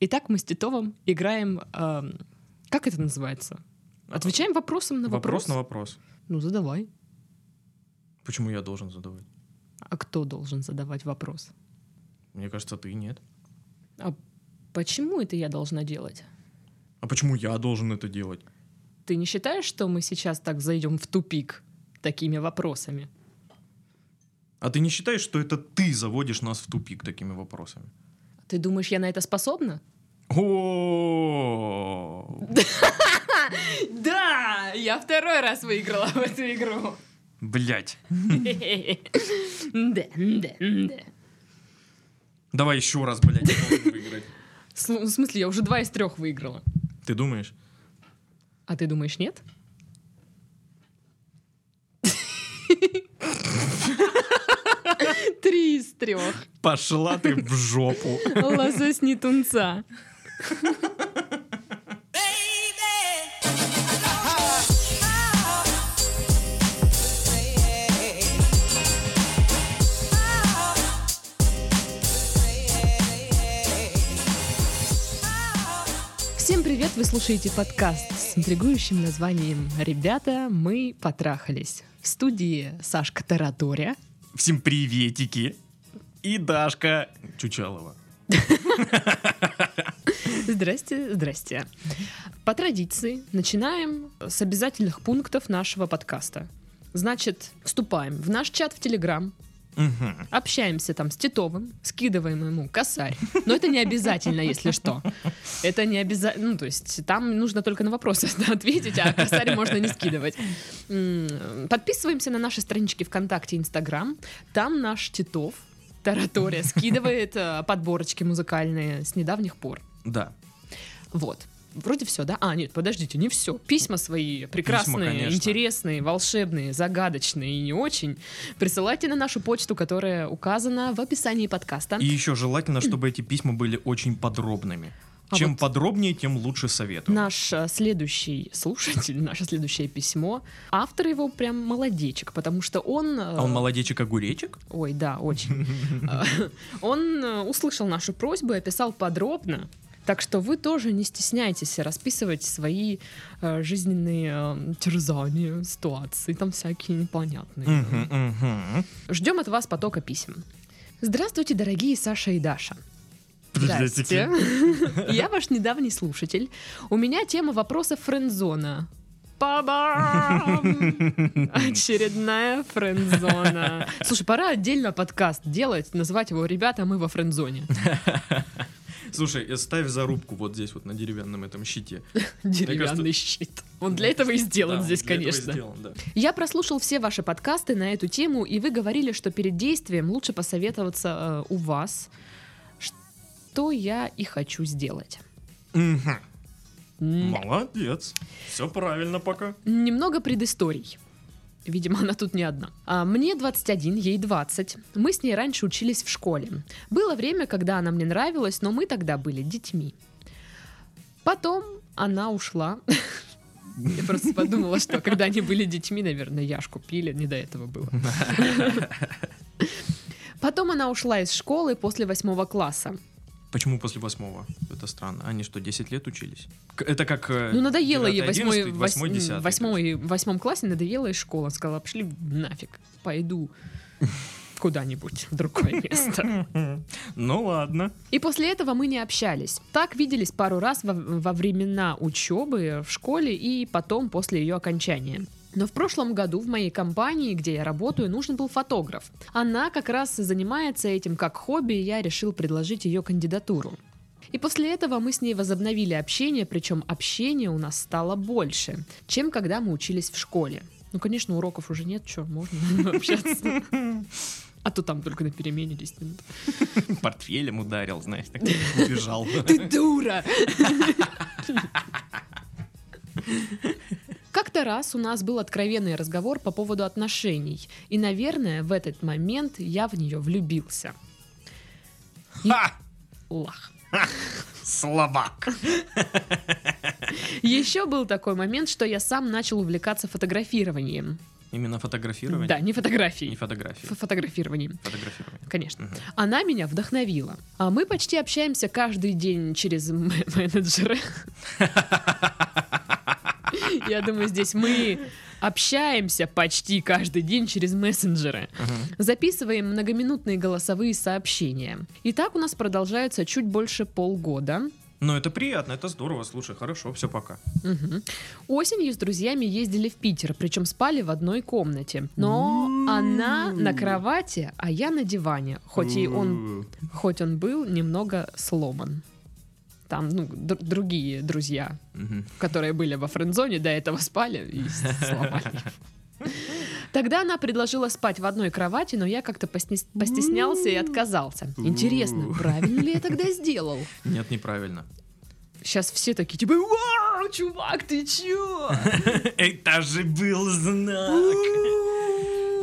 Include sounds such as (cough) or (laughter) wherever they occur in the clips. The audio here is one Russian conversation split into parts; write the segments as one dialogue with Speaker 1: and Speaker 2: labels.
Speaker 1: Итак, мы с Титовым играем... эм, как это называется? Отвечаем вопросом на вопрос.
Speaker 2: Вопрос на вопрос.
Speaker 1: Ну, задавай.
Speaker 2: Почему я должен задавать?
Speaker 1: А кто должен задавать вопрос?
Speaker 2: Мне кажется, ты нет.
Speaker 1: А почему это я должна делать?
Speaker 2: А почему я должен это делать?
Speaker 1: Ты не считаешь, что мы сейчас так зайдем в тупик такими вопросами?
Speaker 2: А ты не считаешь, что это ты заводишь нас в тупик такими вопросами?
Speaker 1: Ты думаешь, я на это способна?
Speaker 2: О,
Speaker 1: Да, я второй раз выиграла в эту игру.
Speaker 2: блять.
Speaker 1: Да, да, да.
Speaker 2: Давай еще раз, блять, выиграть.
Speaker 1: С- В смысле, я уже два из трех выиграла.
Speaker 2: Ты думаешь?
Speaker 1: А ты думаешь, нет? Три из трех.
Speaker 2: Пошла ты в жопу.
Speaker 1: Лосось не тунца. Всем привет! Вы слушаете подкаст с интригующим названием «Ребята, мы потрахались». В студии Сашка Тараторя.
Speaker 2: Всем приветики. И Дашка Чучалова.
Speaker 1: Здрасте, здрасте. По традиции начинаем с обязательных пунктов нашего подкаста. Значит, вступаем в наш чат в Телеграм,
Speaker 2: Мгм.
Speaker 1: общаемся там с Титовым, скидываем ему косарь. Но это не обязательно, если что. Это не обязательно, ну, то есть там нужно только на вопросы (laughs) ответить, а косарь можно не скидывать. М, Подписываемся на наши странички ВКонтакте и Инстаграм. Там наш Титов, Таратория, скидывает э, подборочки музыкальные с недавних пор.
Speaker 2: Да.
Speaker 1: Вот. Вроде все, да? А, нет, подождите, не все. Письма свои прекрасные,
Speaker 2: конечно.
Speaker 1: интересные, волшебные, загадочные и не очень присылайте на нашу почту, которая указана в описании подкаста.
Speaker 2: И еще желательно, чтобы эти письма были очень подробными.
Speaker 1: А
Speaker 2: Чем
Speaker 1: вот
Speaker 2: подробнее, тем лучше советую.
Speaker 1: Наш э, следующий слушатель, (laughs) наше следующее письмо, автор его прям молодечек, потому что он... э,
Speaker 2: А он молодечек-огуречек?
Speaker 1: Ой, да, очень. Э, Он э, услышал нашу просьбу и описал подробно. Так что вы тоже не стесняйтесь расписывать свои э, жизненные э, терзания, ситуации, там всякие непонятные.
Speaker 2: Мгм, мгм.
Speaker 1: Ждем от вас потока писем. Здравствуйте, дорогие Саша и Даша.
Speaker 2: Приветики.
Speaker 1: Здрасте. Я ваш недавний слушатель. У меня тема вопроса френдзона. Па-бам! Очередная френдзона. Слушай, пора отдельно подкаст делать, назвать его «Ребята, мы во френдзоне».
Speaker 2: Слушай, э, ставь зарубку вот здесь вот на деревянном этом щите.
Speaker 1: Деревянный щит. Он Ну, для этого и сделан
Speaker 2: Да,
Speaker 1: здесь,
Speaker 2: для этого и
Speaker 1: конечно.
Speaker 2: сделан, да.
Speaker 1: Я прослушал все ваши подкасты на эту тему, и вы говорили, что перед действием лучше посоветоваться э, у вас, что я и хочу сделать.
Speaker 2: Мгм.
Speaker 1: М,
Speaker 2: Молодец. Все правильно пока.
Speaker 1: Немного предысторий. Видимо, она тут не одна. А, Мне 21, ей 20. Мы с ней раньше учились в школе. Было время, когда она мне нравилась, но мы тогда были детьми. Потом она ушла. (laughs) Я просто подумала, что когда они были детьми, наверное, яшку пили, не до этого было. Потом она ушла из школы после восьмого класса.
Speaker 2: Почему после восьмого? Это странно. Они что, 10 лет учились? К- Это как... э,
Speaker 1: Ну, надоело ей
Speaker 2: девятый,
Speaker 1: восьмой,
Speaker 2: одиннадцатый,
Speaker 1: восьмой,
Speaker 2: восьмой, десятый.
Speaker 1: восьмой- в восьмом классе надоела и школа. Сказала, пошли нафиг,
Speaker 2: (laughs)
Speaker 1: пойду куда-нибудь в другое место.
Speaker 2: Ну ладно.
Speaker 1: И после этого мы не общались. Так виделись пару раз во, во времена учебы в школе и потом после ее окончания. Но в прошлом году в моей компании, где я работаю, нужен был фотограф. Она как раз занимается этим как хобби, и я решил предложить ее кандидатуру. И после этого мы с ней возобновили общение, причем общение у нас стало больше, чем когда мы учились в школе. Ну, конечно, уроков уже нет, что, можно (laughs) общаться. А то там только на перемене 10 минут.
Speaker 2: Портфелем ударил, знаешь, так убежал.
Speaker 1: (laughs) Ты дура! Как-то раз у нас был откровенный разговор по поводу отношений, и, наверное, в этот момент я в нее влюбился.
Speaker 2: Ха!
Speaker 1: Лах.
Speaker 2: Словак.
Speaker 1: Еще был такой момент, что я сам начал увлекаться фотографированием.
Speaker 2: Именно фотографирование?
Speaker 1: Да, не
Speaker 2: Не
Speaker 1: фотографии.
Speaker 2: фотографии.
Speaker 1: Ф- Фотографирование,
Speaker 2: Фотографирование.
Speaker 1: конечно.
Speaker 2: Мгм.
Speaker 1: Она меня вдохновила. А мы почти общаемся каждый день через м- (laughs) менеджера. Я думаю, здесь мы общаемся почти каждый день через мессенджеры.
Speaker 2: Мгм.
Speaker 1: Записываем многоминутные голосовые сообщения. И так у нас продолжается чуть больше полгода.
Speaker 2: Ну, это приятно, это здорово, слушай, хорошо, все, пока.
Speaker 1: Мгм. Осенью с друзьями ездили в Питер, причем спали в одной комнате. Но
Speaker 2: М.
Speaker 1: она на кровати, а я на диване. Хоть и он хоть он был немного сломан. Там, ну, др- другие друзья,
Speaker 2: Мгм.
Speaker 1: которые были во френдзоне, до этого спали и с- сломали. его. Тогда она предложила спать в одной кровати, но я как-то постес- постеснялся и отказался. Интересно,
Speaker 2: У.
Speaker 1: правильно ли я тогда сделал?
Speaker 2: Нет, неправильно.
Speaker 1: Сейчас все такие, типа, вау, чувак, ты чё?
Speaker 2: (laughs)
Speaker 1: (laughs)
Speaker 2: Это же был знак. (laughs)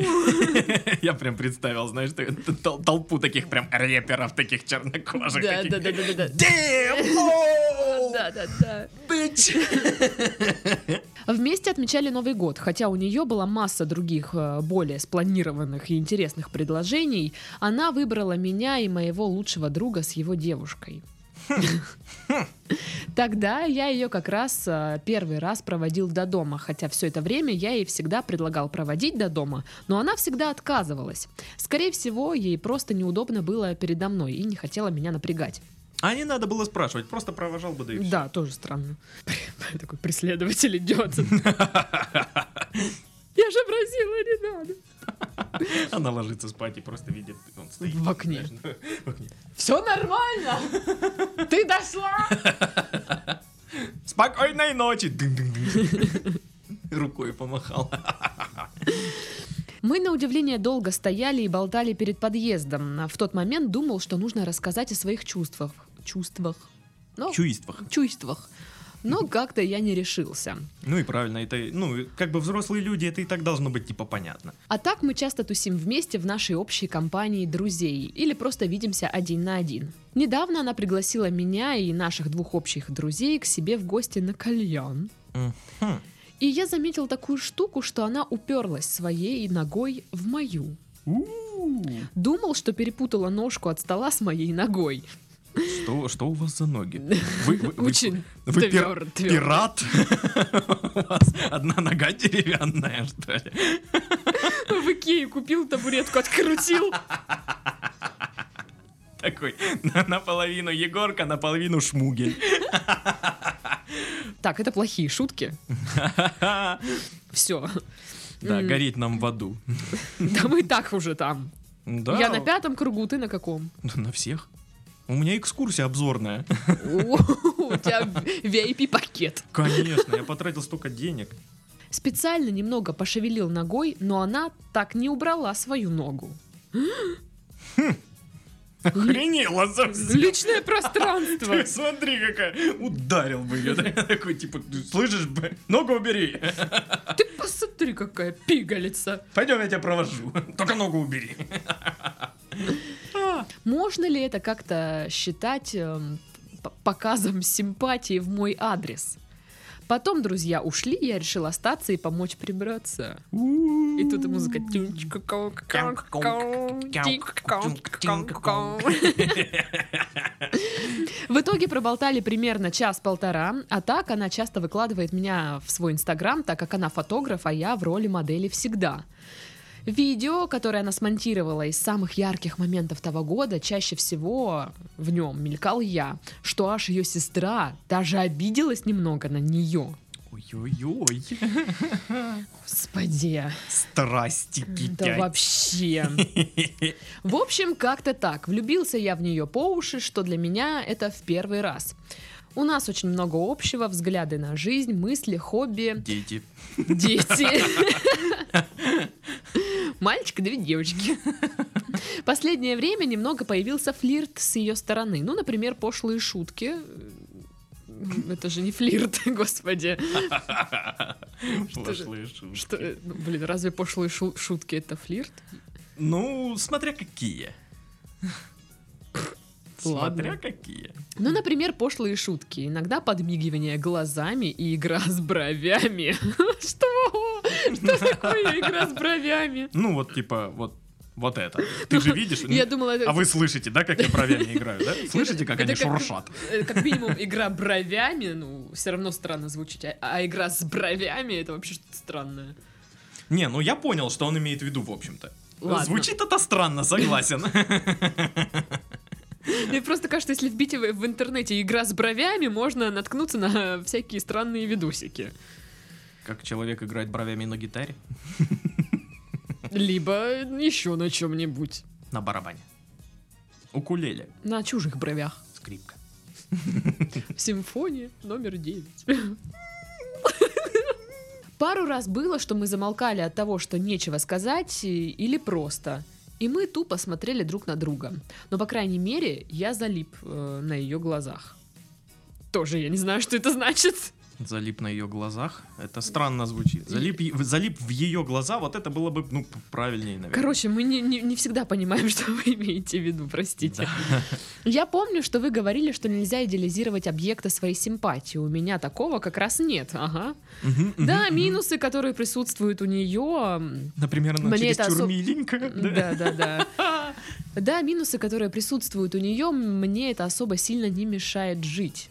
Speaker 2: Я прям представил, знаешь, ты- ты тол- толпу таких прям реперов, таких чернокожих.
Speaker 1: Да,
Speaker 2: таких.
Speaker 1: да, да, да, да, да. (laughs)
Speaker 2: Damn, oh,
Speaker 1: Да, да, да.
Speaker 2: bitch.
Speaker 1: Вместе отмечали Новый год, хотя у нее была масса других э, более спланированных и интересных предложений. Она выбрала меня и моего лучшего друга с его девушкой. (laughs) Тогда я ее как раз э, первый раз проводил до дома, хотя все это время я ей всегда предлагал проводить до дома, но она всегда отказывалась. Скорее всего, ей просто неудобно было передо мной и не хотела меня напрягать.
Speaker 2: А не надо было спрашивать, просто провожал бы да и всё.
Speaker 1: Да, тоже странно. (laughs) Такой преследователь
Speaker 2: (laughs)
Speaker 1: идет. Я же просила, не надо.
Speaker 2: Она ложится спать и просто видит, он стоит.
Speaker 1: В окне.
Speaker 2: знаешь, в окне.
Speaker 1: Все нормально. (laughs) Ты дошла.
Speaker 2: Спокойной ночи! Дын-дын-дын. (laughs) Рукой помахал.
Speaker 1: Мы, на удивление, долго стояли и болтали перед подъездом. А В тот момент думал, что нужно рассказать о своих чувствах. Чувствах. Но...
Speaker 2: Чувствах.
Speaker 1: Чувствах. Но как-то я не решился.
Speaker 2: Ну и правильно, это, ну, как бы взрослые люди, это и так должно быть, типа, понятно.
Speaker 1: А так мы часто тусим вместе в нашей общей компании друзей или просто видимся один на один. Недавно она пригласила меня и наших двух общих друзей к себе в гости на кальян.
Speaker 2: Мгм.
Speaker 1: И я заметил такую штуку, что она уперлась своей ногой в мою.
Speaker 2: У-у-у.
Speaker 1: Думал, что перепутала ножку от стола с моей ногой.
Speaker 2: Что, что у вас
Speaker 1: (laughs)
Speaker 2: за ноги? Вы, вы- вы-
Speaker 1: Очень
Speaker 2: вы пир-
Speaker 1: твёр- твёр.
Speaker 2: пират? (laughs) У вас одна нога деревянная, что ли?
Speaker 1: (laughs) В Икее купил табуретку,
Speaker 2: (laughs)
Speaker 1: открутил.
Speaker 2: Такой, на- наполовину Егорка, наполовину Шмугель.
Speaker 1: Так, это плохие шутки.
Speaker 2: (laughs) Да,
Speaker 1: Все. М.
Speaker 2: гореть нам в аду.
Speaker 1: (laughs) Да мы и так уже там.
Speaker 2: Да,
Speaker 1: Я на пятом кругу, ты на каком?
Speaker 2: На всех. У меня экскурсия обзорная. (laughs)
Speaker 1: О, У тебя VIP-пакет.
Speaker 2: Конечно, я потратил столько денег.
Speaker 1: Специально немного пошевелил ногой, но она так не убрала свою ногу.
Speaker 2: Охренела совсем.
Speaker 1: Личное (laughs) пространство.
Speaker 2: Ты Смотри, какая. Ударил бы (laughs) ее. Такой, типа, «Ты слышишь, б- ногу убери.
Speaker 1: Ты посмотри, какая пигалица.
Speaker 2: Пойдем, я тебя провожу. (laughs) Только ногу убери.
Speaker 1: Можно ли это как-то считать эм, п- показом симпатии в мой адрес? Потом друзья ушли, я решил остаться и помочь прибраться. И тут и музыка. В итоге проболтали примерно час-полтора, а так она часто выкладывает меня в свой инстаграм, так как она фотограф, а я в роли модели всегда. Видео, которое она смонтировала из самых ярких моментов того года, чаще всего в нем мелькал я, что аж ее сестра даже обиделась немного на нее.
Speaker 2: Ой-ой-ой.
Speaker 1: Господи.
Speaker 2: Страсти
Speaker 1: Да
Speaker 2: кипят.
Speaker 1: вообще. В общем, как-то так. Влюбился я в нее по уши, что для меня это в первый раз. У нас очень много общего, взгляды на жизнь, мысли, хобби,
Speaker 2: (laughs)
Speaker 1: (laughs)
Speaker 2: Дети.
Speaker 1: дети. Мальчик, две девочки. Последнее время немного появился флирт с ее стороны. Ну, например, пошлые шутки. Это же не флирт, (laughs) господи.
Speaker 2: Пошлые шутки.
Speaker 1: Что, э, ну, блин, разве пошлые шу- шутки это флирт?
Speaker 2: Ну, смотря какие.
Speaker 1: Ладно.
Speaker 2: Смотря какие.
Speaker 1: Ну, например, пошлые шутки, иногда подмигивание глазами и игра с бровями. (laughs) Что? Что такое игра с бровями?
Speaker 2: Ну, вот типа, вот вот это. Ты
Speaker 1: Ну,
Speaker 2: же видишь?
Speaker 1: Я думала,
Speaker 2: А
Speaker 1: это
Speaker 2: вы слышите, да, как я бровями играю,
Speaker 1: (laughs)
Speaker 2: да? Слышите, как
Speaker 1: Это
Speaker 2: они шуршат?
Speaker 1: э, как минимум игра бровями, ну, все равно странно звучит. А, а игра с бровями это вообще что-то странное.
Speaker 2: Не, ну я понял, что он имеет в виду, в общем-то.
Speaker 1: Ладно.
Speaker 2: Звучит это
Speaker 1: (laughs)
Speaker 2: странно, согласен.
Speaker 1: Мне просто кажется, если вбить в в интернете игра с бровями, можно наткнуться на всякие странные видосики.
Speaker 2: Как человек играет бровями на гитаре?
Speaker 1: Либо еще на чем-нибудь.
Speaker 2: На барабане. Укулеле.
Speaker 1: На чужих бровях.
Speaker 2: Скрипка.
Speaker 1: Симфония номер 9. Пару раз было, что мы замолкали от того, что нечего сказать и- или просто. И мы тупо смотрели друг на друга. Но, по крайней мере, я залип э, на ее глазах. Тоже я не знаю, что это значит.
Speaker 2: Залип на ее глазах. Это странно звучит. Залип, е- залип в ее глаза, вот это было бы, ну, п- правильнее, наверное.
Speaker 1: Короче, мы не, не- не всегда понимаем, (laughs) что вы имеете в виду, простите. Я помню, что вы говорили, что нельзя идеализировать объекты своей симпатии. У меня такого как раз нет. Ага.
Speaker 2: Мгм, мгм.
Speaker 1: Да, минусы, которые присутствуют у нее.
Speaker 2: Например, она
Speaker 1: Мне это
Speaker 2: чересчур
Speaker 1: особ-
Speaker 2: миленькая, да?
Speaker 1: Да, да, да. Да, минусы, которые присутствуют у нее, мне это особо сильно не мешает жить.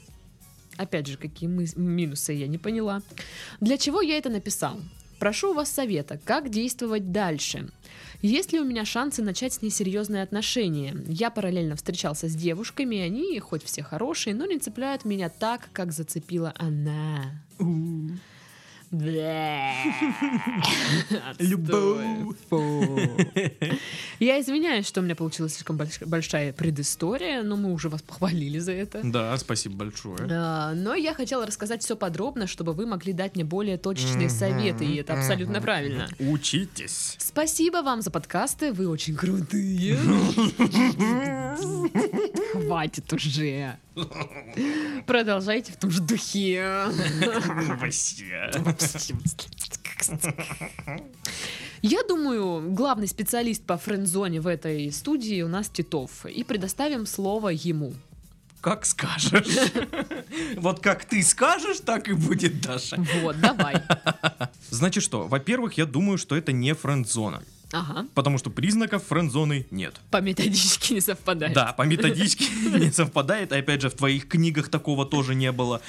Speaker 1: Опять же, какие мы- минусы, я не поняла. Для чего я это написал? Прошу у вас совета, как действовать дальше. Есть ли у меня шансы начать с ней серьезные отношения? Я параллельно встречался с девушками, и они, хоть все хорошие, но не цепляют меня так, как зацепила она.
Speaker 2: У,
Speaker 1: Бля. Отстой.
Speaker 2: Любовь.
Speaker 1: Фу. Я извиняюсь, что у меня получилась слишком больш- большая предыстория, но мы уже вас похвалили за это.
Speaker 2: Да, спасибо большое.
Speaker 1: А, Но я хотела рассказать все подробно, чтобы вы могли дать мне более точечные советы, и это абсолютно правильно. (laughs)
Speaker 2: Учитесь.
Speaker 1: Спасибо вам за подкасты, вы очень крутые. Хватит уже. Продолжайте в том же духе.
Speaker 2: Вообще.
Speaker 1: Я думаю, главный специалист по френдзоне в этой студии у нас Титов. И предоставим слово ему.
Speaker 2: Как скажешь. (laughs) Вот как ты скажешь, так и будет Даша.
Speaker 1: Вот, давай.
Speaker 2: Значит что, во-первых, я думаю, что это не френд-зона.
Speaker 1: Ага.
Speaker 2: Потому что признаков френд-зоны нет.
Speaker 1: По методичке не совпадает.
Speaker 2: Да, по методичке (laughs) не совпадает. Опять же, в твоих книгах такого тоже не было.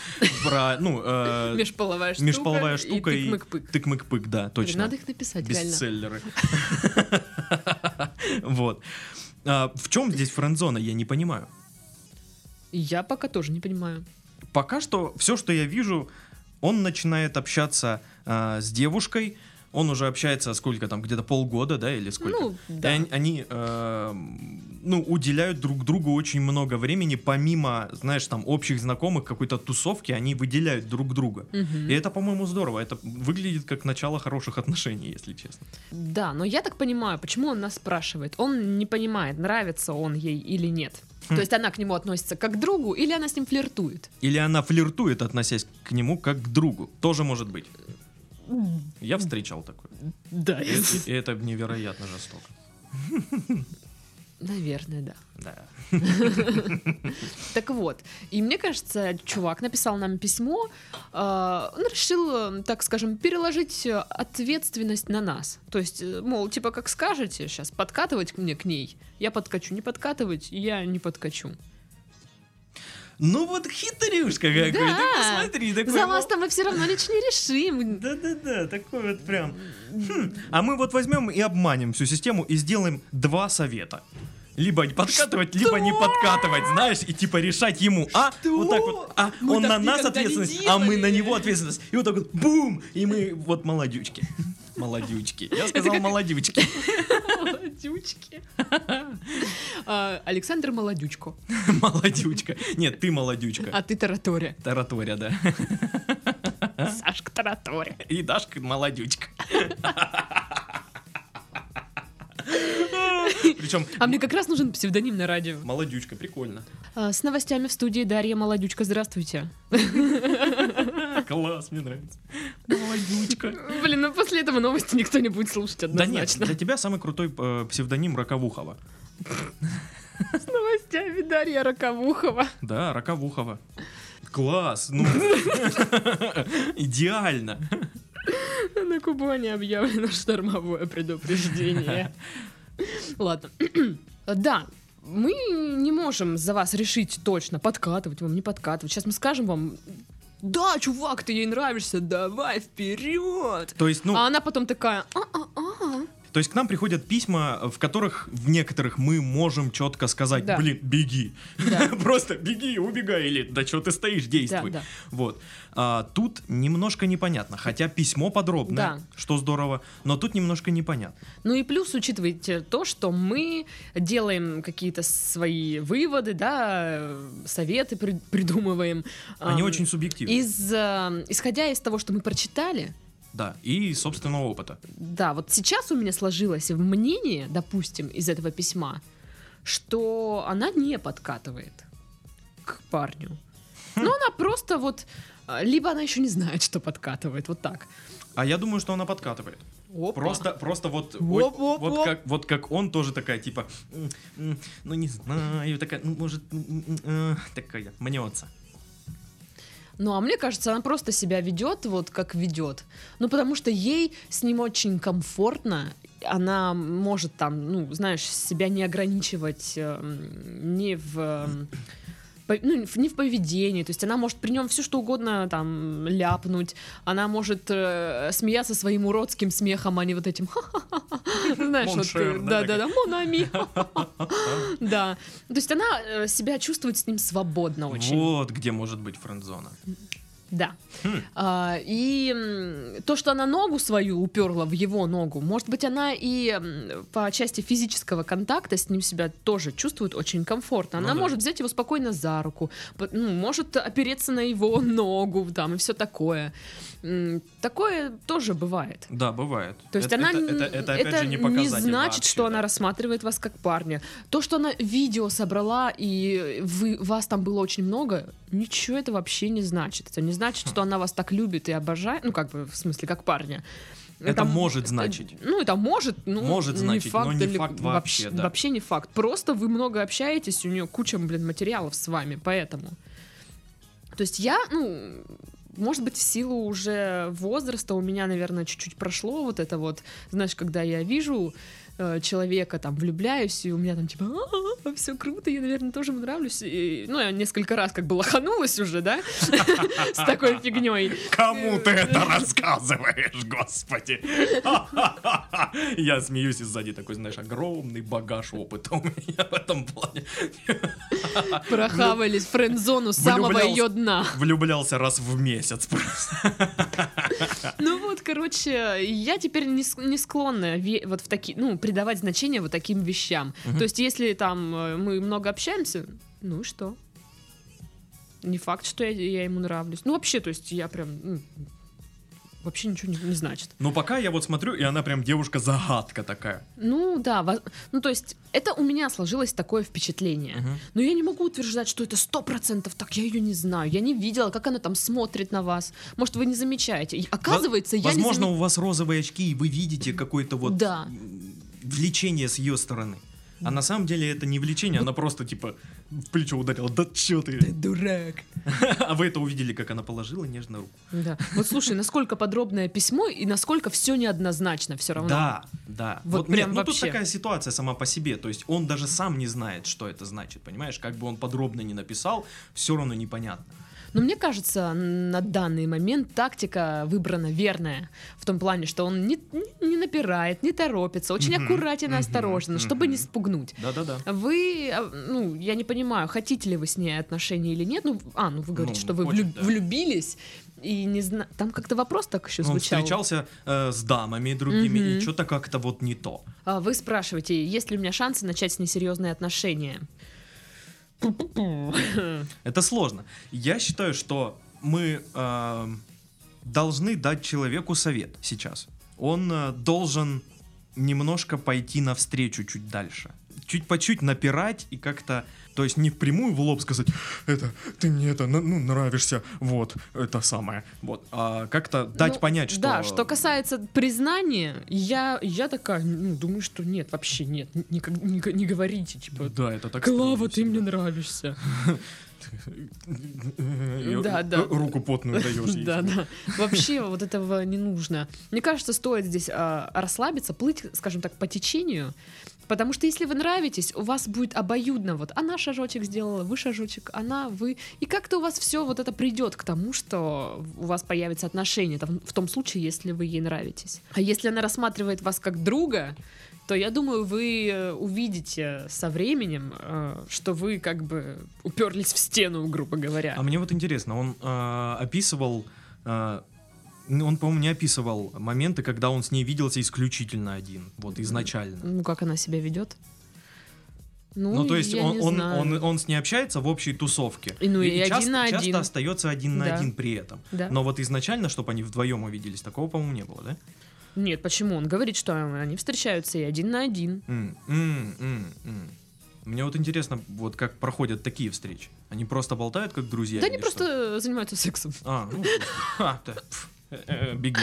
Speaker 2: Про, ну, э,
Speaker 1: Межполовая штука.
Speaker 2: межполовая штука
Speaker 1: и
Speaker 2: и
Speaker 1: тык-мык-пык.
Speaker 2: тык-мык-пык, да,
Speaker 1: Блин,
Speaker 2: точно.
Speaker 1: Надо их написать, реально.
Speaker 2: Бестселлеры. (laughs) Вот. А, В чем здесь френд-зона, я не понимаю.
Speaker 1: Я пока тоже не понимаю.
Speaker 2: пока что все, что я вижу, он начинает общаться а, с девушкой. Он уже общается сколько там, где-то полгода, да, или сколько?
Speaker 1: Ну,
Speaker 2: И
Speaker 1: да.
Speaker 2: они, они, эм, ну, уделяют друг другу очень много времени, помимо, знаешь, там, общих знакомых, какой-то тусовки, они выделяют друг друга.
Speaker 1: Мгм.
Speaker 2: И это, по-моему, здорово. Это выглядит как начало хороших отношений, если честно.
Speaker 1: Да, но я так понимаю, почему он нас спрашивает. Он не понимает, нравится он ей или нет.
Speaker 2: Хм.
Speaker 1: То есть она к нему относится как к другу, или она с ним флиртует.
Speaker 2: Или она флиртует, относясь к нему как к другу. Тоже может быть. Я встречал такое.
Speaker 1: Да.
Speaker 2: И, и- и это невероятно жестоко.
Speaker 1: Наверное, да.
Speaker 2: Да.
Speaker 1: Так вот, и мне кажется, чувак написал нам письмо, э, он решил, э, так скажем, переложить э, ответственность на нас. То есть, э, мол, типа, как скажете, сейчас подкатывать мне к ней, я подкачу, не подкатывать, я не подкачу.
Speaker 2: Ну вот хитрюшка какой,
Speaker 1: Да.
Speaker 2: ты посмотри, такой.
Speaker 1: За вас там мы все равно ничего не решим.
Speaker 2: (laughs) Да-да-да, такой вот прям. Хм, А мы вот возьмем и обманем всю систему и сделаем два совета. Либо не подкатывать, либо не подкатывать, знаешь, и типа решать ему, а
Speaker 1: Что?
Speaker 2: вот так вот, а
Speaker 1: Мы
Speaker 2: он
Speaker 1: так
Speaker 2: на нас
Speaker 1: никогда не
Speaker 2: ответственность, а мы на
Speaker 1: делали.
Speaker 2: него ответственность, и вот так вот бум, и мы вот молодючки, молодючки, я сказал
Speaker 1: как-
Speaker 2: молодючки, (laughs)
Speaker 1: Молодючки. А, Александр Молодючко,
Speaker 2: молодючка, нет, ты молодючка,
Speaker 1: а ты Таратория.
Speaker 2: тараторя, да,
Speaker 1: Сашка Таратория.
Speaker 2: и
Speaker 1: (laughs)
Speaker 2: Дашка молодючка. Причем
Speaker 1: А мне как раз нужен псевдоним на радио.
Speaker 2: Молодючка, прикольно.
Speaker 1: А, С новостями в студии Дарья Молодючка, здравствуйте.
Speaker 2: Класс, мне нравится. Молодючка.
Speaker 1: Блин, ну после этого новости никто не будет слушать
Speaker 2: Да нет,
Speaker 1: однозначно.
Speaker 2: для тебя самый крутой э, псевдоним Роковухова.
Speaker 1: С новостями Дарья Роковухова.
Speaker 2: Да, Роковухова. (laughs) Класс, ну. Идеально.
Speaker 1: На Кубани объявлено штормовое предупреждение. Ладно. Да, мы не можем за вас решить точно, подкатывать вам, не подкатывать. Сейчас мы скажем вам, да, чувак, ты ей нравишься, давай вперед.
Speaker 2: То есть, ну,
Speaker 1: А она потом такая, а-а-а.
Speaker 2: то есть к нам приходят письма, в которых в некоторых мы можем четко сказать,
Speaker 1: Да.
Speaker 2: блин, беги.
Speaker 1: Да.
Speaker 2: (laughs) Просто беги, убегай, или да что ты стоишь, действуй.
Speaker 1: Да, да.
Speaker 2: Вот. А, тут немножко непонятно, хотя письмо подробное,
Speaker 1: Да.
Speaker 2: что здорово, но тут немножко непонятно.
Speaker 1: Ну и плюс учитывайте то, что мы делаем какие-то свои выводы, да, э, советы при- придумываем.
Speaker 2: Они
Speaker 1: Ам,
Speaker 2: очень субъективны.
Speaker 1: из, э, исходя из того, что мы прочитали,
Speaker 2: Да, и собственного опыта.
Speaker 1: да, вот сейчас у меня сложилось мнение, допустим, из этого письма, что она не подкатывает к парню.
Speaker 2: Хм.
Speaker 1: Но она просто вот, э, либо она еще не знает, что подкатывает, вот так.
Speaker 2: А я думаю, что она подкатывает.
Speaker 1: Опа.
Speaker 2: Просто, просто вот,
Speaker 1: Оп,
Speaker 2: вот,
Speaker 1: оп,
Speaker 2: вот
Speaker 1: оп.
Speaker 2: Как, вот как он тоже такая, типа, «М, м, ну не знаю, такая, ну может, м, м, э, такая, мнется.
Speaker 1: Ну, а мне кажется, она просто себя ведет вот как ведет. Ну, потому что ей с ним очень комфортно. Она может там, ну, знаешь, себя не ограничивать э, м, ни в... э, м, по- ну, в- не в поведении, то есть она может при нем все что угодно там ляпнуть, она может э, смеяться своим уродским смехом, а не вот этим знаешь, вот, э,
Speaker 2: Моншер, да,
Speaker 1: да, да, да, Монами, да, то есть она э, себя чувствует с ним свободно очень.
Speaker 2: Вот где может быть френдзона.
Speaker 1: Да.
Speaker 2: Хм.
Speaker 1: А, и м, то, что она ногу свою уперла в его ногу, может быть, она и м, по части физического контакта с ним себя тоже чувствует очень комфортно.
Speaker 2: Ну
Speaker 1: Она
Speaker 2: да.
Speaker 1: может взять его спокойно за руку, по- ну, может опереться на его (laughs) ногу там и все такое. М, Такое тоже бывает.
Speaker 2: Да, бывает.
Speaker 1: То есть
Speaker 2: Это-
Speaker 1: она
Speaker 2: это,
Speaker 1: н-
Speaker 2: это- это, опять
Speaker 1: это
Speaker 2: же не
Speaker 1: не
Speaker 2: показатель
Speaker 1: значит,
Speaker 2: вообще,
Speaker 1: что
Speaker 2: да.
Speaker 1: она рассматривает вас как парня. То, что она видео собрала и вы, вас там было очень много, ничего это вообще не значит. Это не
Speaker 2: Хм.
Speaker 1: значит, что она вас так любит и обожает, ну как бы в смысле как парня.
Speaker 2: Это может значить.
Speaker 1: Ну, это может, ну,
Speaker 2: Может значить,
Speaker 1: не факт,
Speaker 2: но не
Speaker 1: или
Speaker 2: факт вообще, да.
Speaker 1: вообще не факт. Просто вы много общаетесь, у нее куча, блин, материалов с вами, поэтому. То есть я, ну, может быть, в силу уже возраста у меня, наверное, чуть-чуть прошло вот это вот, знаешь, когда я вижу э, человека, там, влюбляюсь, и у меня там типа, все круто, я, наверное, тоже ему нравлюсь. И, ну, я несколько раз как бы лоханулась уже, да, (laughs) с такой фигней. э,
Speaker 2: Кому ты это рассказываешь, господи? (laughs) Я смеюсь, и сзади такой, знаешь, огромный багаж опыта у меня в этом плане.
Speaker 1: Прохавались френдзону с самого
Speaker 2: Влюблялся.
Speaker 1: ее дна.
Speaker 2: Влюблялся раз в месяц просто.
Speaker 1: Ну вот, короче, я теперь не, ск- не склонна ве- вот в такие, ну, придавать значение вот таким вещам. То есть, если там э, мы много общаемся, ну и что? Не факт, что я, я ему нравлюсь. Ну, вообще, то есть, я прям... ну, вообще ничего не, не значит.
Speaker 2: Но пока я вот смотрю, и она прям девушка-загадка такая.
Speaker 1: Ну, да, во- ну, то есть, это у меня сложилось такое впечатление. Но я не могу утверждать, что это сто процентов так, я ее не знаю. Я не видела, как она там смотрит на вас. Может, вы не замечаете. И Оказывается, я не
Speaker 2: Возможно,
Speaker 1: замечаю.
Speaker 2: у вас розовые очки, и вы видите какое-то вот
Speaker 1: Да.
Speaker 2: м, влечение с ее стороны. А на самом деле это не влечение, она просто типа в плечо ударила. Да чё ты?
Speaker 1: дурак.
Speaker 2: (laughs) А вы это увидели, как она положила нежно руку.
Speaker 1: Да. Вот слушай, насколько подробное письмо и насколько все неоднозначно все равно.
Speaker 2: Да, да.
Speaker 1: Вот прям
Speaker 2: ну тут
Speaker 1: вообще.
Speaker 2: такая ситуация сама по себе. То есть он даже сам не знает, что это значит, понимаешь? Как бы он подробно не написал, все равно непонятно.
Speaker 1: Но мне кажется, на данный момент тактика выбрана верная. В том плане, что он не, не напирает, не торопится, очень
Speaker 2: Мгм,
Speaker 1: аккуратен и
Speaker 2: мгм,
Speaker 1: осторожно, чтобы не
Speaker 2: мгм.
Speaker 1: спугнуть.
Speaker 2: Да-да-да.
Speaker 1: Вы, а, ну, я не понимаю, хотите ли вы с ней отношения или нет. Ну, а, ну вы говорите,
Speaker 2: Ну,
Speaker 1: что вы
Speaker 2: очень,
Speaker 1: влю-
Speaker 2: да.
Speaker 1: влюбились и не знаю. Там как-то вопрос так еще
Speaker 2: Ну, Он
Speaker 1: звучал.
Speaker 2: встречался э, с дамами другими, и
Speaker 1: Мгм.
Speaker 2: что-то как-то вот не то.
Speaker 1: А, Вы спрашиваете, есть ли у меня шансы начать с ней серьезные
Speaker 2: (laughs)
Speaker 1: отношения? Пу-пу-пу.
Speaker 2: Это сложно. Я считаю, что мы эм, должны дать человеку совет сейчас. Он э, должен немножко пойти навстречу чуть дальше. Чуть по чуть напирать и как-то То есть не впрямую в лоб сказать, это, ты мне это, ну, ну, нравишься, вот, это самое. Вот, а как-то дать
Speaker 1: Ну,
Speaker 2: понять, что...
Speaker 1: Да, что касается признания, я, я такая, ну, думаю, что нет, вообще нет, никак- не, г- не говорите, типа,
Speaker 2: Да, это Ну, так...
Speaker 1: Клава,
Speaker 2: стрёмно
Speaker 1: ты мне нравишься.
Speaker 2: всегда.
Speaker 1: Да,
Speaker 2: Э,
Speaker 1: да.
Speaker 2: э, Руку потную даешь
Speaker 1: (laughs)
Speaker 2: ей.
Speaker 1: Да, да. Вообще вот этого не нужно. Мне кажется, стоит здесь а, расслабиться, плыть, скажем так, по течению. Потому что если вы нравитесь, у вас будет обоюдно. Вот она шажочек сделала, вы шажочек, она, вы. И как-то у вас все вот это придет к тому, что у вас появится отношения. там, в том случае, если вы ей нравитесь. А если она рассматривает вас как друга, то я думаю, вы э, увидите со временем, э, что вы как бы уперлись в стену, грубо говоря.
Speaker 2: А мне вот интересно, он э, описывал, э, ну, он, по-моему, не описывал моменты, когда он с ней виделся исключительно один, вот изначально.
Speaker 1: Ну, как она себя ведет? Ну,
Speaker 2: Ну, то есть
Speaker 1: я
Speaker 2: он,
Speaker 1: не
Speaker 2: он,
Speaker 1: знаю.
Speaker 2: он, он с ней общается в общей тусовке.
Speaker 1: И, ну, и один
Speaker 2: часто,
Speaker 1: на
Speaker 2: часто
Speaker 1: один.
Speaker 2: остается один
Speaker 1: Да.
Speaker 2: на один при этом.
Speaker 1: Да.
Speaker 2: Но вот изначально, чтобы они вдвоем увиделись, такого, по-моему, не было, да?
Speaker 1: Нет, почему? Он говорит, что они встречаются и один на один.
Speaker 2: М, м, м, м. Мне вот интересно, вот как проходят такие встречи. Они просто болтают, как друзья?
Speaker 1: да
Speaker 2: или
Speaker 1: они
Speaker 2: что?
Speaker 1: просто занимаются сексом.
Speaker 2: (laughs) А, ну, ха, да, пф, э, э, беги.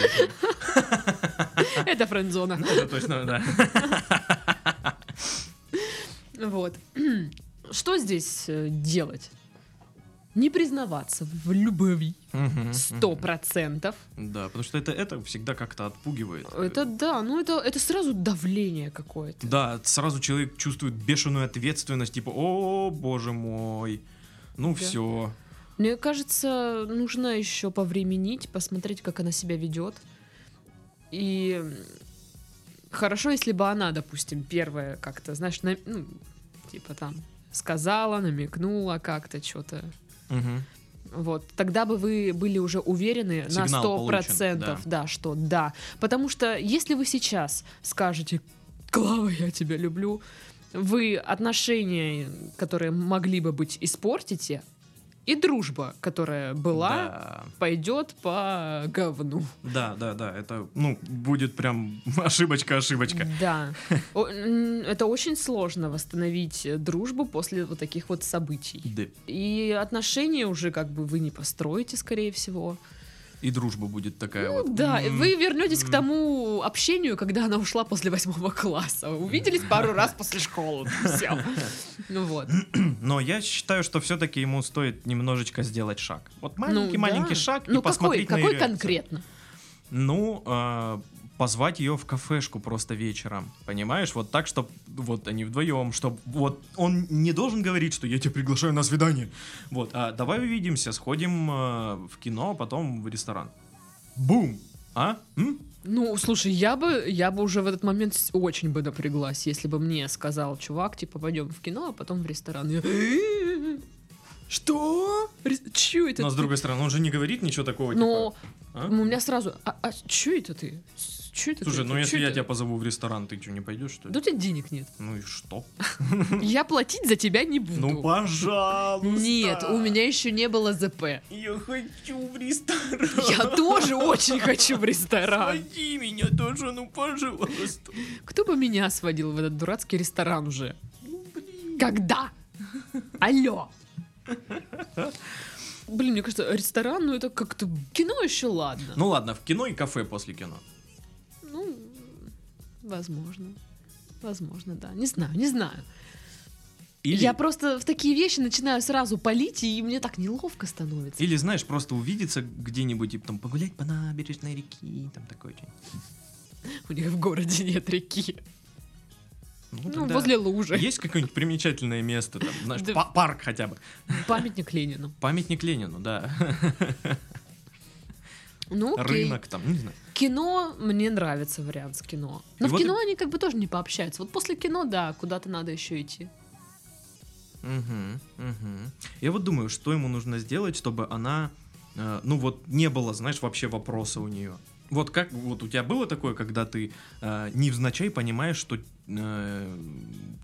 Speaker 2: (laughs)
Speaker 1: (laughs) Это френдзона.
Speaker 2: Ну, это точно, да.
Speaker 1: Вот. (clears throat) Что здесь э, делать? Не признаваться в любви.
Speaker 2: Мгм,
Speaker 1: Сто
Speaker 2: мгм.
Speaker 1: процентов.
Speaker 2: Да, потому что это, это всегда как-то отпугивает.
Speaker 1: Это да, ну это, это сразу давление какое-то.
Speaker 2: Да, сразу человек чувствует бешеную ответственность, типа, о, боже мой, ну
Speaker 1: Да.
Speaker 2: все.
Speaker 1: Мне кажется, нужно еще повременить, посмотреть, как она себя ведет. И м, хорошо, если бы она, допустим, первая как-то, знаешь, на- ну, типа там сказала, намекнула как-то что-то. Вот, тогда бы вы были уже уверены на
Speaker 2: Сигнал
Speaker 1: сто
Speaker 2: получен,
Speaker 1: процентов, да. что да. Потому что если вы сейчас скажете, Клава, я тебя люблю, вы отношения, которые могли бы быть, испортите, и дружба, которая была, пойдет по говну.
Speaker 2: Да, да, да, да, это, ну, будет прям (laughs) ошибочка, ошибочка.
Speaker 1: Да. О, м, Это очень сложно восстановить э, дружбу после вот таких вот событий.
Speaker 2: Да.
Speaker 1: И отношения уже как бы вы не построите, скорее всего.
Speaker 2: И дружба будет такая
Speaker 1: Ну
Speaker 2: вот. М-м-м.
Speaker 1: да, и
Speaker 2: М,
Speaker 1: вы вернетесь к
Speaker 2: м.
Speaker 1: тому общению, когда она ушла после восьмого класса. Увиделись пару раз после школы. Все. Ну вот.
Speaker 2: Но я считаю, что все-таки ему стоит немножечко сделать шаг. Вот
Speaker 1: Ну,
Speaker 2: маленький-маленький
Speaker 1: да.
Speaker 2: шаг
Speaker 1: Ну
Speaker 2: и
Speaker 1: какой,
Speaker 2: посмотреть на её
Speaker 1: какой
Speaker 2: реакцию.
Speaker 1: конкретно?
Speaker 2: Ну, э, позвать ее в кафешку просто вечером. Понимаешь? Вот так, чтобы вот они вдвоем, чтобы вот он не должен говорить, что я тебя приглашаю на свидание. Вот, а давай увидимся, сходим э, в кино, а потом в ресторан. Бум! А? М?
Speaker 1: Ну, слушай, я бы, я бы уже в этот момент с- очень бы напряглась, если бы мне сказал чувак, типа, пойдем в кино, а потом в ресторан. Я, «Э, Что? Рес- Чё это?
Speaker 2: Но Ну, а с
Speaker 1: ты?»
Speaker 2: другой стороны, он же не говорит ничего такого,
Speaker 1: Ну,
Speaker 2: типа. а?
Speaker 1: у меня сразу, а, а чё это ты? С- Чё это
Speaker 2: Слушай,
Speaker 1: ты?
Speaker 2: ну
Speaker 1: Чё
Speaker 2: если я
Speaker 1: это?»
Speaker 2: тебя позову в ресторан, ты что, не пойдешь, что ли?
Speaker 1: Да у тебя денег нет.
Speaker 2: Ну и что?
Speaker 1: Я платить за тебя не буду.
Speaker 2: Ну, пожалуйста!
Speaker 1: Нет, у меня еще не было
Speaker 2: (laughs)
Speaker 1: ЗП.
Speaker 2: Я хочу в ресторан!
Speaker 1: Я тоже очень хочу в ресторан.
Speaker 2: Своди меня тоже, ну пожалуйста.
Speaker 1: Кто бы меня сводил в этот дурацкий ресторан уже?
Speaker 2: Ну,
Speaker 1: Когда? Алло. Блин, мне кажется, ресторан, ну это как-то кино еще ладно.
Speaker 2: Ну ладно, в кино и кафе после кино.
Speaker 1: Ну, возможно. Возможно, да. Не знаю, не знаю.
Speaker 2: Или,
Speaker 1: Я просто в такие вещи начинаю сразу палить, и мне так неловко становится.
Speaker 2: или знаешь, просто увидеться где-нибудь и там погулять по набережной реки, там такое что
Speaker 1: У них в городе нет реки. Ну,
Speaker 2: тогда
Speaker 1: возле лужи.
Speaker 2: Есть какое-нибудь примечательное место, там, знаешь,
Speaker 1: Да.
Speaker 2: па- парк хотя бы.
Speaker 1: Памятник Ленину.
Speaker 2: Памятник Ленину, да.
Speaker 1: Ну, окей.
Speaker 2: Рынок там, не знаю.
Speaker 1: Кино мне нравится вариант с кино. Но
Speaker 2: И
Speaker 1: в
Speaker 2: вот
Speaker 1: кино они как бы тоже не пообщаются. Вот после кино, да, куда-то надо еще идти.
Speaker 2: Мгм, мгм. Я вот думаю, что ему нужно сделать, чтобы она, э, ну вот не было, знаешь, вообще вопроса у нее. Вот как, вот у тебя было такое, когда ты э, невзначай понимаешь, что э,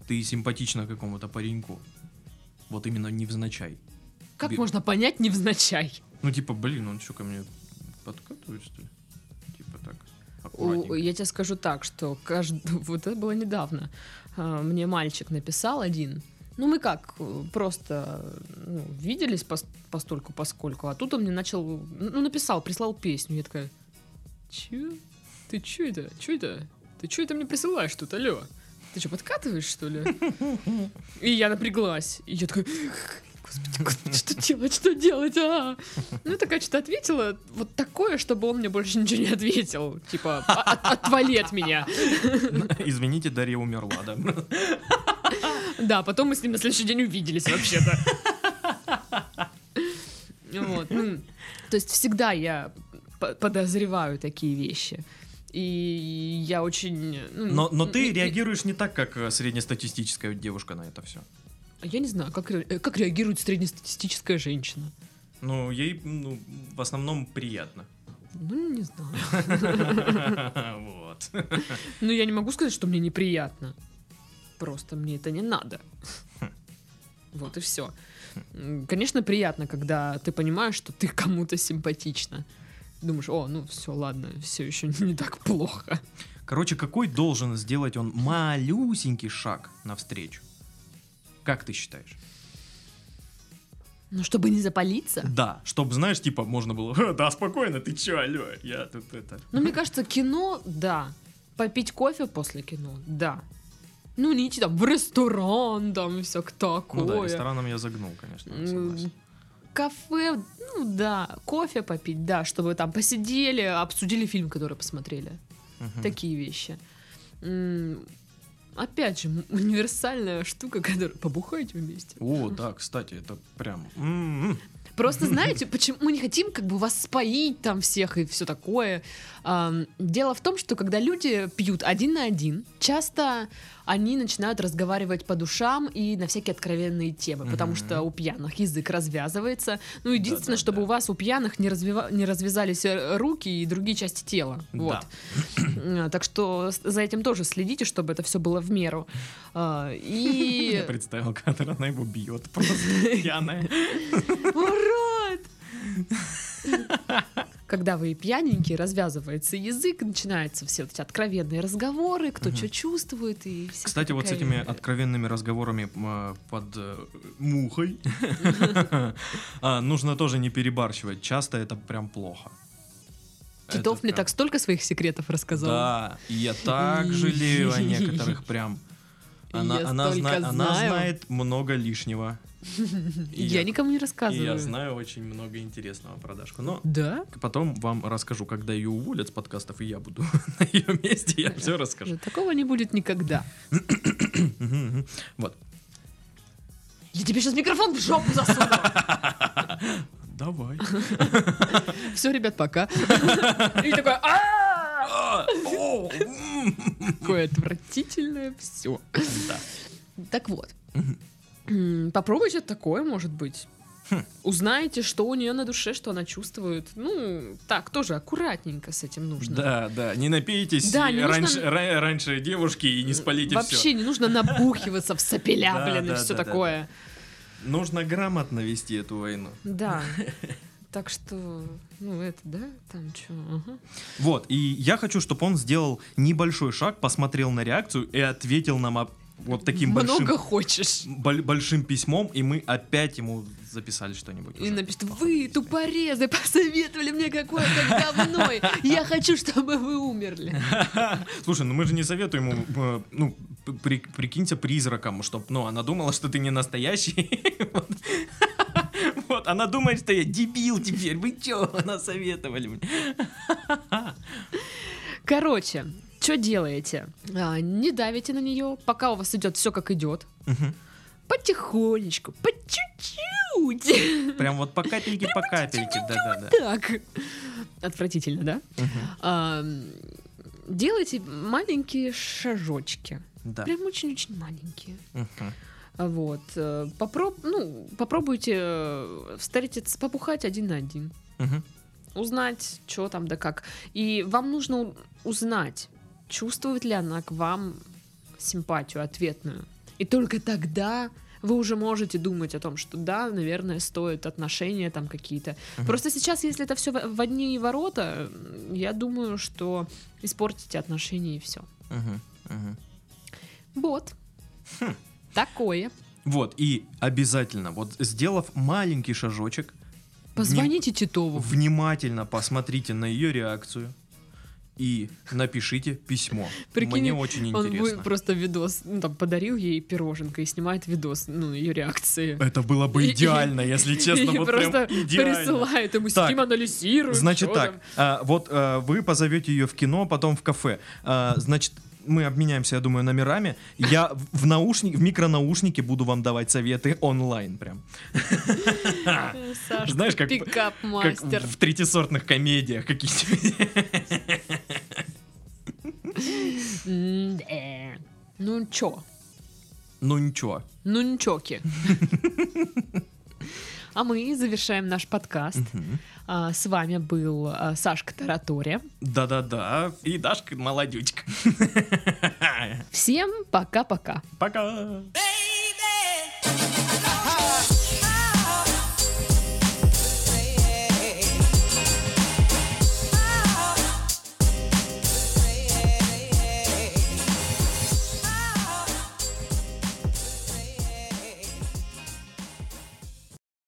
Speaker 2: ты симпатична какому-то пареньку? Вот именно невзначай.
Speaker 1: Как
Speaker 2: Бе-
Speaker 1: можно понять невзначай?
Speaker 2: Ну типа, блин, он что ко мне подкатывает, что ли? Типа так.
Speaker 1: О,
Speaker 2: аккуратненько.
Speaker 1: я тебе (laughs) скажу так, что кажд- вот это было недавно. А, Мне мальчик написал один, Ну, мы как, э, просто ну, виделись пос- постольку, поскольку, а тут он мне начал, ну, написал, прислал песню. Я такая, че? Ты че это? Че это? Ты че это мне присылаешь тут, алло? Ты что, подкатываешь, что ли? И я напряглась. И я такая, господи, господи, что делать, что делать, а? Ну, я такая что-то ответила, вот такое, чтобы он мне больше ничего не ответил. Типа, «А- от- отвали от меня.
Speaker 2: (laughs) Извините, Дарья умерла,
Speaker 1: (laughs)
Speaker 2: да?
Speaker 1: Да, потом мы с ним на следующий день увиделись вообще-то. Вот. ну, То есть всегда я по- подозреваю такие вещи. И я очень... ну,
Speaker 2: Но, но
Speaker 1: м-
Speaker 2: ты
Speaker 1: м-
Speaker 2: реагируешь не так, как э, среднестатистическая девушка на это все.
Speaker 1: Я не знаю, как, ре- э, как реагирует среднестатистическая женщина.
Speaker 2: Ну, ей ну, в основном приятно. (laughs)
Speaker 1: Ну, не знаю.
Speaker 2: Вот.
Speaker 1: Ну, я не могу сказать, что мне неприятно. Просто мне это не надо. Вот и все. Конечно, приятно, когда ты понимаешь, что ты кому-то симпатична. Думаешь, о, ну все, ладно, все еще не так плохо.
Speaker 2: Короче, какой должен сделать он малюсенький шаг навстречу? Как ты считаешь?
Speaker 1: Ну, чтобы не запалиться.
Speaker 2: Да, чтобы, знаешь, типа, можно было, «Ха, да, спокойно, ты чё, алё, я тут это...
Speaker 1: Ну, мне кажется, кино, да. Попить кофе после кино, да. Ну, не идти там в ресторан, там все такое.
Speaker 2: (laughs) Ну да, рестораном я загнул, конечно,
Speaker 1: М,
Speaker 2: согласен.
Speaker 1: Кафе, ну да, кофе попить, да, чтобы там посидели, обсудили фильм, который посмотрели.
Speaker 2: Мгм.
Speaker 1: Такие вещи. М, Опять же, м, универсальная штука, (laughs) которая побухайте вместе.
Speaker 2: О, да, кстати, это прям... м-м. (laughs)
Speaker 1: Просто знаете, почему мы не хотим как бы вас споить там всех и все такое. Ам, Дело в том, что когда люди пьют один на один, часто они начинают разговаривать по душам и на всякие откровенные темы, потому
Speaker 2: Мгм.
Speaker 1: что у пьяных язык развязывается. Ну, единственное,
Speaker 2: Да-да-да.
Speaker 1: чтобы у вас у пьяных не, развива- не развязались э, руки и другие части тела. Вот.
Speaker 2: Да.
Speaker 1: Э, Так что с- за этим тоже следите, чтобы это все было в меру. А,
Speaker 2: Я
Speaker 1: И...
Speaker 2: представил, (laughs) как она его
Speaker 1: (laughs)
Speaker 2: бьет просто пьяная.
Speaker 1: Урод! (laughs) Когда вы пьяненькие, развязывается язык, начинаются все вот эти откровенные разговоры, кто
Speaker 2: Мгм.
Speaker 1: что чувствует и всякая
Speaker 2: Кстати, вот с
Speaker 1: такая-
Speaker 2: этими откровенными разговорами э, под э,
Speaker 1: (laughs)
Speaker 2: мухой а, нужно тоже не перебарщивать. Часто это прям плохо.
Speaker 1: Титов
Speaker 2: Это
Speaker 1: мне
Speaker 2: прям-
Speaker 1: так столько своих секретов рассказал.
Speaker 2: Да, и я так жалею о некоторых
Speaker 1: (laughs)
Speaker 2: прям. Она,
Speaker 1: Я
Speaker 2: она, зна-
Speaker 1: столько
Speaker 2: она
Speaker 1: знаю.
Speaker 2: знает много лишнего. И
Speaker 1: я, никому не
Speaker 2: и
Speaker 1: рассказываю.
Speaker 2: я знаю очень много интересного продажку. Но (laughs)
Speaker 1: Да?
Speaker 2: потом вам расскажу, когда ее уволят с подкастов, и я буду (laughs) на ее месте, я все расскажу.
Speaker 1: Э, Такого не будет никогда.
Speaker 2: Мгм, мгм. Вот.
Speaker 1: Я тебе сейчас микрофон в жопу засуну. (laughs)
Speaker 2: Давай.
Speaker 1: Все, ребят, пока. (laughs) И такой, «А-а-а!»
Speaker 2: А, о, м.
Speaker 1: Какое отвратительное все.
Speaker 2: Да.
Speaker 1: Так вот. М, Попробуйте такое, может быть.
Speaker 2: Хм.
Speaker 1: Узнаете, что у нее на душе, что она чувствует. Ну, так, тоже аккуратненько с этим нужно.
Speaker 2: Да, да, не напейтесь
Speaker 1: Да, не
Speaker 2: э,
Speaker 1: нужно-
Speaker 2: раньше, ра- раньше девушки и не спалите
Speaker 1: Вообще
Speaker 2: все.
Speaker 1: не нужно набухиваться в сопеля,
Speaker 2: Да,
Speaker 1: блин, и
Speaker 2: да,
Speaker 1: все
Speaker 2: да, да,
Speaker 1: такое.
Speaker 2: Нужно грамотно вести эту войну. (laughs)
Speaker 1: Да. Так что, ну, это, да, там что,
Speaker 2: Вот, и я хочу, чтобы он сделал небольшой шаг, посмотрел на реакцию и ответил нам об- вот таким большим,
Speaker 1: Много хочешь.
Speaker 2: боль- большим письмом, и мы опять ему записали что-нибудь.
Speaker 1: И
Speaker 2: уже.
Speaker 1: напишет, вы, тупорезы, посоветовали мне какое-то говно. Я хочу, чтобы вы умерли.
Speaker 2: Слушай, ну мы же не советуем ему, э, ну, при- прикинься призраком, чтобы, ну, она думала, что ты не настоящий. Вот. Вот, она думает, что я дебил теперь. Вы чё, она советовали мне?
Speaker 1: Короче, что делаете? А, не давите на нее, пока у вас идет все как идет.
Speaker 2: Мгм.
Speaker 1: Потихонечку, по чуть-чуть. (laughs)
Speaker 2: Прям вот по капельке, по капельке, да-да-да.
Speaker 1: Так. Отвратительно, да?
Speaker 2: Мгм.
Speaker 1: А, м, делайте маленькие шажочки.
Speaker 2: Да.
Speaker 1: Прям очень-очень маленькие.
Speaker 2: Мгм.
Speaker 1: Вот. э, Попроб... Ну, попробуйте э, встретиться, попухать один на один.
Speaker 2: Мгм.
Speaker 1: узнать, что там да как. И вам нужно у- узнать, чувствует ли она к вам симпатию ответную. И только тогда вы уже можете думать о том, что да, наверное, стоит отношения там какие-то.
Speaker 2: Мгм.
Speaker 1: Просто сейчас, если это все в в одни ворота, м, я думаю, что испортите отношения и все.
Speaker 2: Мгм. Мгм.
Speaker 1: Вот. Такое.
Speaker 2: Вот, и обязательно, вот сделав маленький шажочек,
Speaker 1: Позвоните Титову.
Speaker 2: внимательно посмотрите на ее реакцию и напишите письмо.
Speaker 1: Прикинь,
Speaker 2: Мне очень
Speaker 1: Он бы
Speaker 2: интересно.
Speaker 1: просто видос, ну, там, подарил ей пироженка и снимает видос, ну, ее реакции.
Speaker 2: Это было бы
Speaker 1: И- и-
Speaker 2: идеально, если честно,
Speaker 1: (laughs) и
Speaker 2: вот прям
Speaker 1: просто
Speaker 2: идеально.
Speaker 1: присылает ему, с
Speaker 2: Так,
Speaker 1: ним анализирует.
Speaker 2: Значит
Speaker 1: что
Speaker 2: так,
Speaker 1: там.
Speaker 2: а, вот а, вы позовете ее в кино, потом в кафе. А, Значит, мы обменяемся, я думаю, номерами. Я в- в наушник, в микронаушнике буду вам давать советы онлайн прям.
Speaker 1: Э, Саш,
Speaker 2: Знаешь,
Speaker 1: ты
Speaker 2: как- (laughs) Как
Speaker 1: пикап-мастер.
Speaker 2: в третисортных комедиях каких-то.
Speaker 1: М-да. Ну чё?
Speaker 2: (laughs) Ну ничего.
Speaker 1: Ну ничоки. А мы завершаем наш подкаст.
Speaker 2: Мгм.
Speaker 1: А, С вами был а, Сашка Таратория.
Speaker 2: Да-да-да. И Дашка молодючка.
Speaker 1: Всем пока-пока.
Speaker 2: (laughs) Пока.
Speaker 3: Baby,